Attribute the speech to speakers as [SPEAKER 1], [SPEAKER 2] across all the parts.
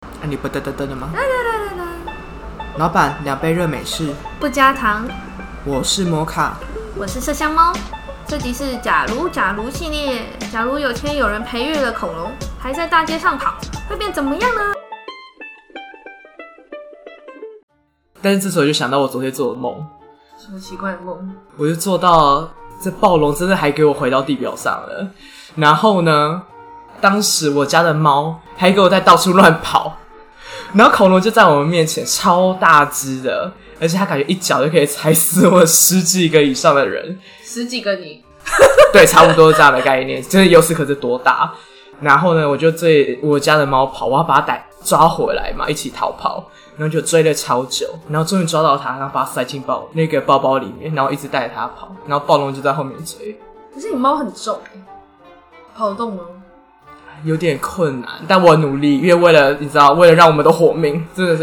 [SPEAKER 1] 那啊你不嘚嘚嘚的吗？老板，两杯热美式，
[SPEAKER 2] 不加糖。
[SPEAKER 1] 我是摩卡。
[SPEAKER 2] 我是麝香猫，这集是假如假如系列。假如有天有人培育了恐龙，还在大街上跑，会变怎么样呢？
[SPEAKER 1] 但是这时候我就想到我昨天做的梦，
[SPEAKER 2] 什么奇怪的梦？
[SPEAKER 1] 我就做到这暴龙真的还给我回到地表上了。然后呢，当时我家的猫还给我在到处乱跑，然后恐龙就在我们面前，超大只的，而且它感觉一脚就可以踩死我十几个以上的人。
[SPEAKER 2] 十几个你，
[SPEAKER 1] 对，差不多是这样的概念，真的优势可是多大。然后呢，我就追我家的猫跑，我要把它逮抓回来嘛，一起逃跑。然后就追了超久，然后终于抓到它，然后把它塞进包那个包包里面，然后一直带着它跑。然后暴龙就在后面追，
[SPEAKER 2] 可是你猫很重、欸，跑得动吗？
[SPEAKER 1] 有点困难，但我努力，因为为了你知道，为了让我们的活命，真的是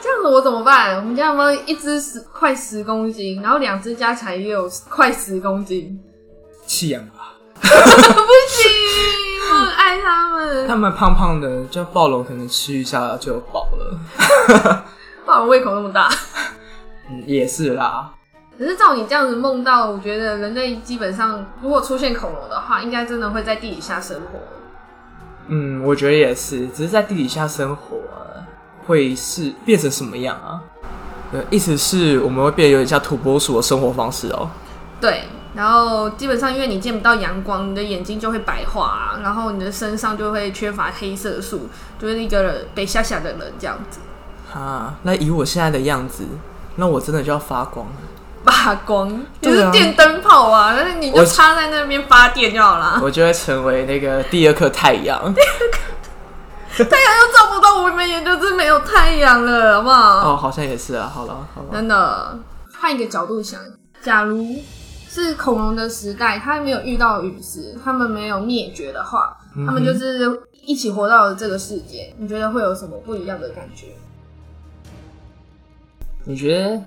[SPEAKER 2] 这样子我怎么办？我们家的猫一只十快十公斤，然后两只加起来也有快十公斤，
[SPEAKER 1] 弃养吧。
[SPEAKER 2] 不行，我很爱它们。
[SPEAKER 1] 它们胖胖的，就暴龙可能吃一下就饱了。
[SPEAKER 2] 不然我胃口那么大。
[SPEAKER 1] 嗯，也是啦。
[SPEAKER 2] 可是照你这样子梦到，我觉得人类基本上如果出现恐龙的话，应该真的会在地底下生活。
[SPEAKER 1] 嗯，我觉得也是，只是在地底下生活啊会是变成什么样啊？呃，意思是我们会变得有点像土拨鼠的生活方式哦。
[SPEAKER 2] 对，然后基本上因为你见不到阳光，你的眼睛就会白化、啊，然后你的身上就会缺乏黑色素，就是一个北下下的人这样子，
[SPEAKER 1] 啊，那以我现在的样子，那我真的就要发光了。
[SPEAKER 2] 发光就
[SPEAKER 1] 对
[SPEAKER 2] 是
[SPEAKER 1] 啊
[SPEAKER 2] 电灯泡啊，但是你就
[SPEAKER 1] 我
[SPEAKER 2] 插在那边发电就好啦，
[SPEAKER 1] 我就会成为那个第二颗太阳。
[SPEAKER 2] 太阳又照不到我们，也就是没有太阳了，好不好？
[SPEAKER 1] 哦，好像也是啊。好了，好了，
[SPEAKER 2] 真的，换一个角度想，假如是恐龙的时代，它没有遇到陨石，它们没有灭绝的话，
[SPEAKER 1] 嗯
[SPEAKER 2] 它们就是一起活到了这个世界，你觉得会有什么不一样的感觉？
[SPEAKER 1] 你觉得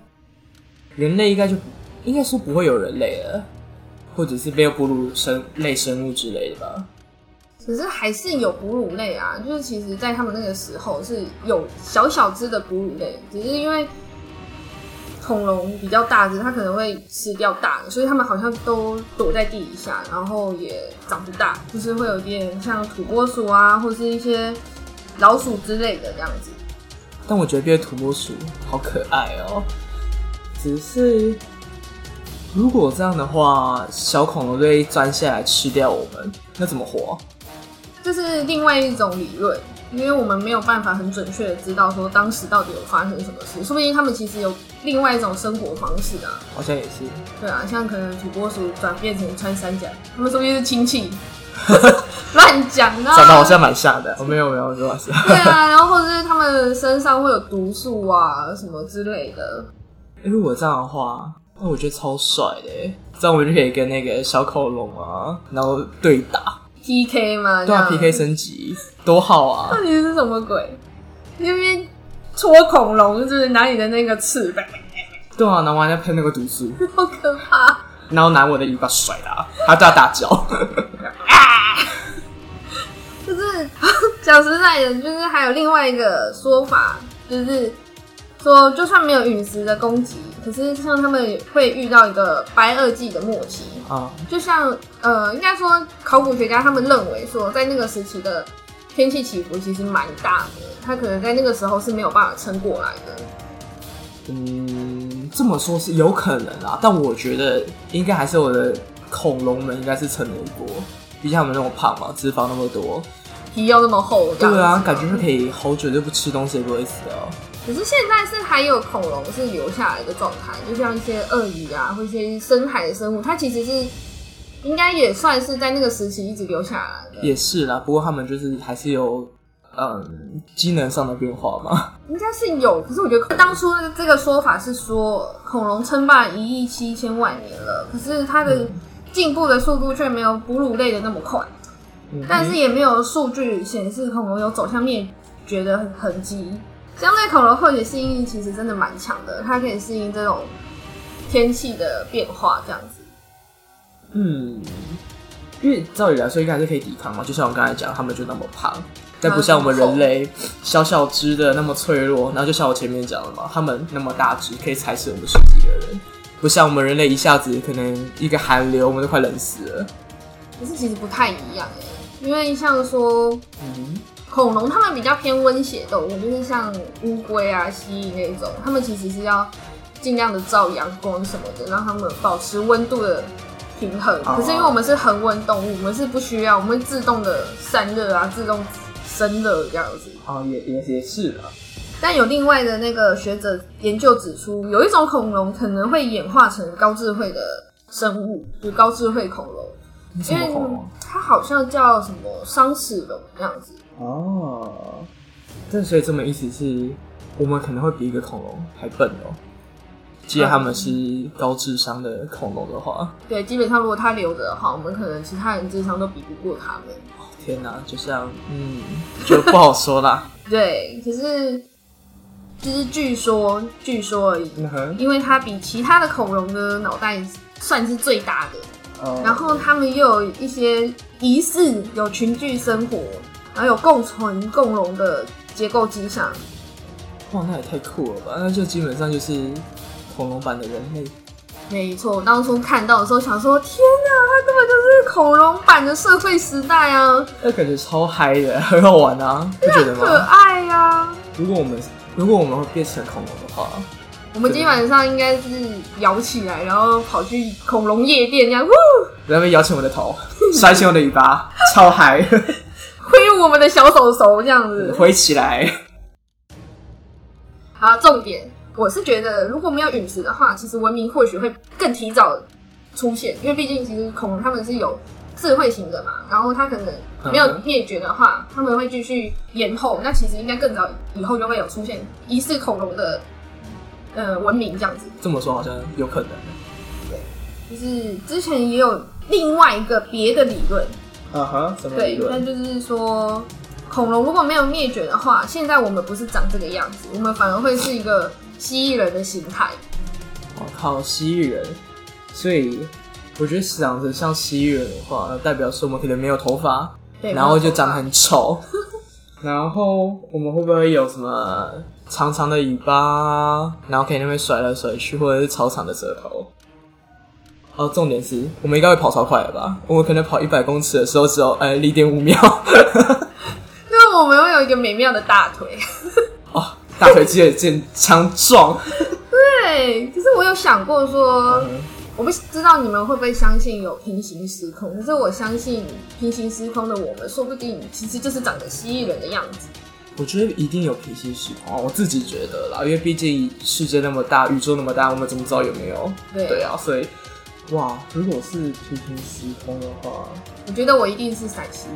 [SPEAKER 1] 人类应该就应该说不会有人类了，或者是没有哺乳生类生物之类的吧？
[SPEAKER 2] 可是还是有哺乳类啊，就是其实，在他们那个时候是有小小只的哺乳类，只是因为恐龙比较大只，它可能会吃掉大的，所以它们好像都躲在地底下，然后也长不大，就是会有点像土拨鼠啊，或是一些老鼠之类的这样子。
[SPEAKER 1] 但我觉得变成土拨鼠好可爱哦。只是如果这样的话，小恐龙就会钻下来吃掉我们，那怎么活？
[SPEAKER 2] 这是另外一种理论，因为我们没有办法很准确的知道说当时到底有发生什么事，说不定他们其实有另外一种生活方式啊。
[SPEAKER 1] 好像也是。
[SPEAKER 2] 对啊，像可能土拨鼠转变成穿山甲，他们说不定是亲 戚，乱讲啊！
[SPEAKER 1] 长得好像蛮像的，哦我没有没有没有，哎
[SPEAKER 2] 对啊，然后或者是他们身上会有毒素啊什么之类的。
[SPEAKER 1] 如果这样的话，那我觉得超帅的耶，这样我就可以跟那个小恐龙啊，然后对打，
[SPEAKER 2] PK 嘛，
[SPEAKER 1] 对啊
[SPEAKER 2] 这样
[SPEAKER 1] PK 升级，多好啊
[SPEAKER 2] 到！底是什么鬼？你那边戳恐龙，就是拿你的那个刺呗，
[SPEAKER 1] 对啊，然后我还在喷那个毒素，
[SPEAKER 2] 好可怕！
[SPEAKER 1] 然后拿我的尾巴甩它，它大大叫。
[SPEAKER 2] 就是 讲实在的，就是还有另外一个说法，就是说就算没有陨石的攻击，可是像他们会遇到一个白垩纪的末期，
[SPEAKER 1] 啊，
[SPEAKER 2] 就像呃，应该说考古学家他们认为说，在那个时期的天气起伏其实蛮大的，它可能在那个时候是没有办法撑过来的。
[SPEAKER 1] 嗯，这么说是有可能啊，但我觉得应该还是我的恐龙们应该是撑了一波，毕竟他们那么胖嘛，脂肪那么多，
[SPEAKER 2] 皮又那么厚，这样子
[SPEAKER 1] 对啊，感觉是可以好久就不吃东西也不会死哦。
[SPEAKER 2] 可是现在是还有恐龙是留下来的状态，就像一些鳄鱼啊，或一些深海的生物，它其实是应该也算是在那个时期一直留下来的。
[SPEAKER 1] 也是啦，不过他们就是还是有嗯机能上的变化嘛。
[SPEAKER 2] 应该是有，可是我觉得当初这个说法是说恐龙称霸一亿七千万年了，可是它的进步的速度却没有哺乳类的那么快，
[SPEAKER 1] 嗯
[SPEAKER 2] 但是也没有数据显示恐龙有走向灭绝的痕迹。相对恐龙后血适应力其实真的蛮强的，它可以适应这种天气的变化，这样子。
[SPEAKER 1] 嗯，因为照理来说应该还是可以抵抗嘛，就像我刚才讲，他们就那么胖，但
[SPEAKER 2] 啊
[SPEAKER 1] 不像我们人类小小只的那么脆弱。然后就像我前面讲的嘛，他们那么大只，可以踩死我们十几个人，不像我们人类一下子可能一个寒流，我们都快冷死了。
[SPEAKER 2] 可是其实不太一样哎，因为像说
[SPEAKER 1] 嗯，
[SPEAKER 2] 恐龙，它们比较偏温血动物，就是像乌龟啊、蜥蜴那一种，它们其实是要尽量的照阳光什么的，让它们保持温度的平衡。
[SPEAKER 1] 哦
[SPEAKER 2] 可是因为我们是恒温动物，我们是不需要，我们会自动的散热啊，自动生热这样子。
[SPEAKER 1] 哦，也也也是啊。
[SPEAKER 2] 但有另外的那个学者研究指出，有一种恐龙可能会演化成高智慧的生物，就是高智慧恐龙，
[SPEAKER 1] 什
[SPEAKER 2] 因
[SPEAKER 1] 么
[SPEAKER 2] 为
[SPEAKER 1] 恐龙？
[SPEAKER 2] 它好像叫什么双齿龙这样子。
[SPEAKER 1] 哦，但所以这么意思是，我们可能会比一个恐龙还笨哦。既然他
[SPEAKER 2] 啊
[SPEAKER 1] 们是高智商的恐龙的话，
[SPEAKER 2] 对，基本上如果它留着的话，我们可能其他人智商都比不过他们。
[SPEAKER 1] 天哪、就像嗯，就不好说啦。
[SPEAKER 2] 对，可是就是据说，据说而已，
[SPEAKER 1] 嗯哼，
[SPEAKER 2] 因为它比其他的恐龙的脑袋算是最大的，
[SPEAKER 1] 哦
[SPEAKER 2] 然后他们又有一些仪式，有群聚生活，然后有共存共荣的结构迹象。
[SPEAKER 1] 哇，那也太酷了吧！那就基本上就是恐龙版的人类。
[SPEAKER 2] 没错，我当初看到的时候想说，天啊，它根本就是恐龙版的社会时代啊，
[SPEAKER 1] 那感觉超嗨的， 很好玩啊，不觉得
[SPEAKER 2] 可
[SPEAKER 1] 吗？
[SPEAKER 2] 爱呀、啊！
[SPEAKER 1] 如果我们如果我们会变成恐龙的话，
[SPEAKER 2] 我们今天晚上应该是摇起来，然后跑去恐龙夜店，这样呜
[SPEAKER 1] 人会摇起我的头， 甩起我的尾巴， 超嗨，
[SPEAKER 2] 挥舞我们的小手手这 样子。
[SPEAKER 1] 挥起来。
[SPEAKER 2] 好，重点，我是觉得如果没有陨石的话，其实文明或许会更提早出现，因为毕竟其实恐龙它们是有智慧型的嘛，然后它可能没有
[SPEAKER 1] 嗯
[SPEAKER 2] 灭绝的话，它们会继续延后，那其实应该更早以后就会有出现疑似恐龙的呃文明这样子。
[SPEAKER 1] 这么说好像有可能。
[SPEAKER 2] 就是之前也有另外一个别的理论，
[SPEAKER 1] 啊哈，什么
[SPEAKER 2] 对，那就是说，恐龙如果没有灭绝的话，现在我们不是长这个样子，我们反而会是一个蜥蜴人的形态。
[SPEAKER 1] 我哦靠，蜥蜴人，所以我觉得长得像蜥蜴人的话，代表说我们可能没有头发，
[SPEAKER 2] 对，
[SPEAKER 1] 然后就长得很丑。 然后我们会不会有什么长长的尾巴，然后可以那边甩来甩去，或者是超长的舌头？哦，重点是我们应该会跑超快了吧？我们可能跑一百公尺的时候只有呃零点五秒，
[SPEAKER 2] 就是我们会有一个美妙的大腿。
[SPEAKER 1] 哦，大腿肌很健强壮。
[SPEAKER 2] 对，可是我有想过说，嗯我不知道你们会不会相信有平行时空，可是我相信平行时空的我们，说不定其实就是长得蜥蜴人的样子。
[SPEAKER 1] 我觉得一定有平行时空啊，我自己觉得啦，因为毕竟世界那么大，宇宙那么大，我们怎么知道有没有？
[SPEAKER 2] 对
[SPEAKER 1] 对啊，所以哇，如果是平行时空的话，
[SPEAKER 2] 我觉得我一定是陕西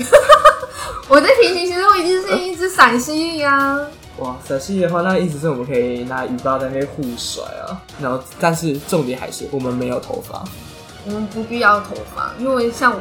[SPEAKER 2] 蜴， 我在平行时空一定是一只陕西蜴啊。
[SPEAKER 1] 哇，陕西的话，那意思是我们可以拿尾巴在那边互甩啊，然后但是重点还是我们没有头发，
[SPEAKER 2] 我们嗯不必要头发，因为像我，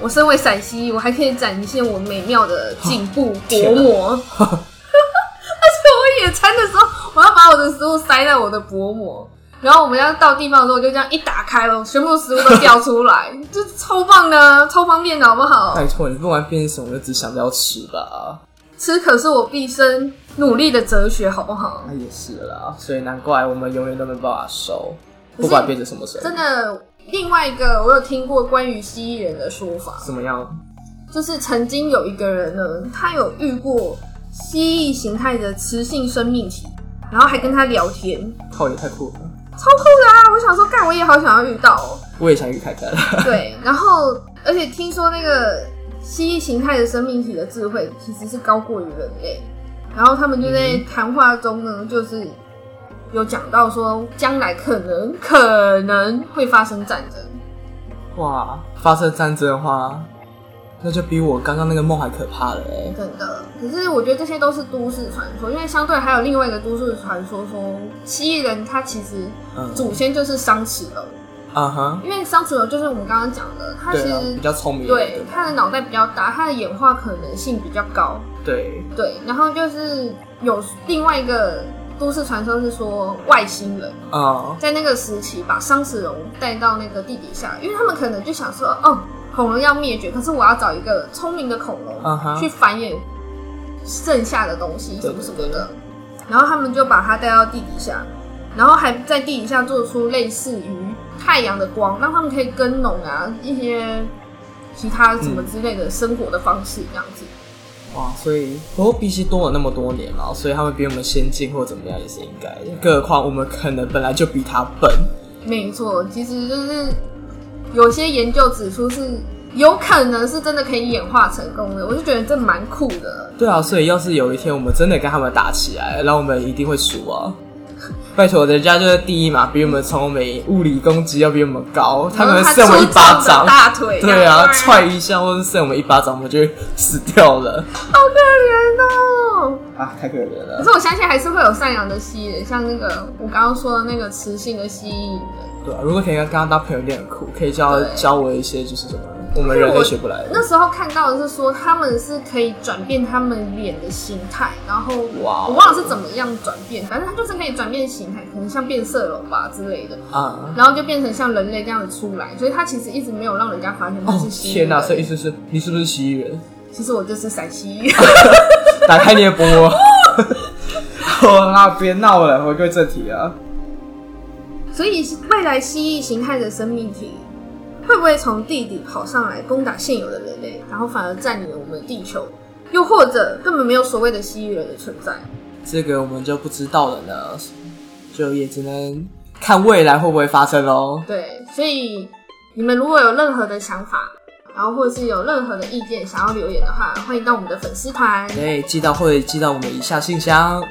[SPEAKER 2] 我身为陕西，我还可以展现我美妙的颈部薄
[SPEAKER 1] 天哪
[SPEAKER 2] 膜。而 且我野餐的时候，我要把我的食物塞在我的薄膜，然后我们要到地方的时候，我就这样一打开咯，全部的食物都掉出来，就超棒的啊，超方便的好不好？
[SPEAKER 1] 拜托你不管变什么，就只想着要吃吧。
[SPEAKER 2] 吃可是我毕生努力的哲学，好不好？
[SPEAKER 1] 那啊也是啦，所以难怪我们永远都没办法收，
[SPEAKER 2] 可是
[SPEAKER 1] 不管变成什么神，
[SPEAKER 2] 真的，另外一个我有听过关于蜥蜴人的说法，
[SPEAKER 1] 怎么样？
[SPEAKER 2] 就是曾经有一个人呢，他有遇过蜥蜴形态的雌性生命体，然后还跟他聊天，
[SPEAKER 1] 靠，也太酷了，
[SPEAKER 2] 超酷的啊！我想说，干，我也好想要遇到、哦。
[SPEAKER 1] 我也想去看看。
[SPEAKER 2] 对，然后而且听说那个蜥蜴形态的生命体的智慧其实是高过于人类，然后他们就在谈话中呢，就是有讲到说，将来可能可能会发生战争。
[SPEAKER 1] 哇，发生战争的话，那就比我刚刚那个梦还可怕了哎、
[SPEAKER 2] 真的，可是我觉得这些都是都市传说，因为相对还有另外一个都市传说说，蜥蜴人他其实
[SPEAKER 1] 嗯
[SPEAKER 2] 祖先就是商齿龙，
[SPEAKER 1] 啊哈，
[SPEAKER 2] 因为商齿龙就是我们刚刚讲的，它其
[SPEAKER 1] 对啊，
[SPEAKER 2] 实
[SPEAKER 1] 比较聪明的
[SPEAKER 2] 对
[SPEAKER 1] 人，
[SPEAKER 2] 它的脑袋比较大，它的演化可能性比较高，
[SPEAKER 1] 对，
[SPEAKER 2] 对，然后就是有另外一个都市传说是说外星人
[SPEAKER 1] 啊、
[SPEAKER 2] 在那个时期把商齿龙带到那个地底下，因为他们可能就想说，哦，恐龙要灭绝，可是我要找一个聪明的恐龙
[SPEAKER 1] 啊哈
[SPEAKER 2] 去繁衍剩下的东西什
[SPEAKER 1] 对
[SPEAKER 2] 么什么的，然后他们就把它带到地底下，然后还在地底下做出类似于太阳的光，让他们可以耕农啊一些其他什么
[SPEAKER 1] 嗯
[SPEAKER 2] 之类的生活的方式这样子。
[SPEAKER 1] 哇，所以不过比起多了那么多年嘛，所以他们比我们先进或怎么样也是应该的。更何况我们可能本来就比他笨，
[SPEAKER 2] 没错，其实就是有些研究指出是有可能是真的可以演化成功的，我就觉得这蛮酷的。
[SPEAKER 1] 对啊，所以要是有一天我们真的跟他们打起来，那我们一定会输啊！拜托，人家就是第一嘛，比我们聪明，物理攻击要比我们高，他们
[SPEAKER 2] 然后
[SPEAKER 1] 扇我们一巴
[SPEAKER 2] 粗壮
[SPEAKER 1] 掌
[SPEAKER 2] 的，大腿，
[SPEAKER 1] 对啊，
[SPEAKER 2] 然后
[SPEAKER 1] 踹一下或者扇我们一巴掌，我们就会死掉了
[SPEAKER 2] 好可怜哦。
[SPEAKER 1] 啊！太可怜
[SPEAKER 2] 可
[SPEAKER 1] 了，
[SPEAKER 2] 是我相信还是会有善良的蜥蜴，像那个我刚刚说的那个雌性的蜥蜴人。
[SPEAKER 1] 对啊，如果可以跟他当朋友，一定很酷，可以教
[SPEAKER 2] 对
[SPEAKER 1] 教我一些就是什么我们人类学不来的。
[SPEAKER 2] 那时候看到的是说，他们是可以转变他们脸的形态，然后
[SPEAKER 1] 哇哦
[SPEAKER 2] 我忘了是怎么样转变，反正它就是可以转变形态，可能像变色龙吧之类的，
[SPEAKER 1] 啊，
[SPEAKER 2] 然后就变成像人类这样子出来，所以它其实一直没有让人家发现它
[SPEAKER 1] 哦
[SPEAKER 2] 是蜥蜴
[SPEAKER 1] 天
[SPEAKER 2] 人。
[SPEAKER 1] 哪！所以意思是你是不是蜥蜴人？
[SPEAKER 2] 其实我就是陕蜥蜴。
[SPEAKER 1] 打开你的波。 好啦，别闹了，回归正题啊。
[SPEAKER 2] 所以未来蜥蜴形态的生命体会不会从地底跑上来攻打现有的人类，然后反而占领了我们的地球？又或者根本没有所谓的蜥蜴人的存在？
[SPEAKER 1] 这个我们就不知道了呢，就也只能看未来会不会发生喽。
[SPEAKER 2] 对，所以你们如果有任何的想法，然后或者是有任何的
[SPEAKER 1] 哎
[SPEAKER 2] 意见想要留言的话，欢迎到我们的粉丝团。
[SPEAKER 1] 对，寄到会寄到我们以下信箱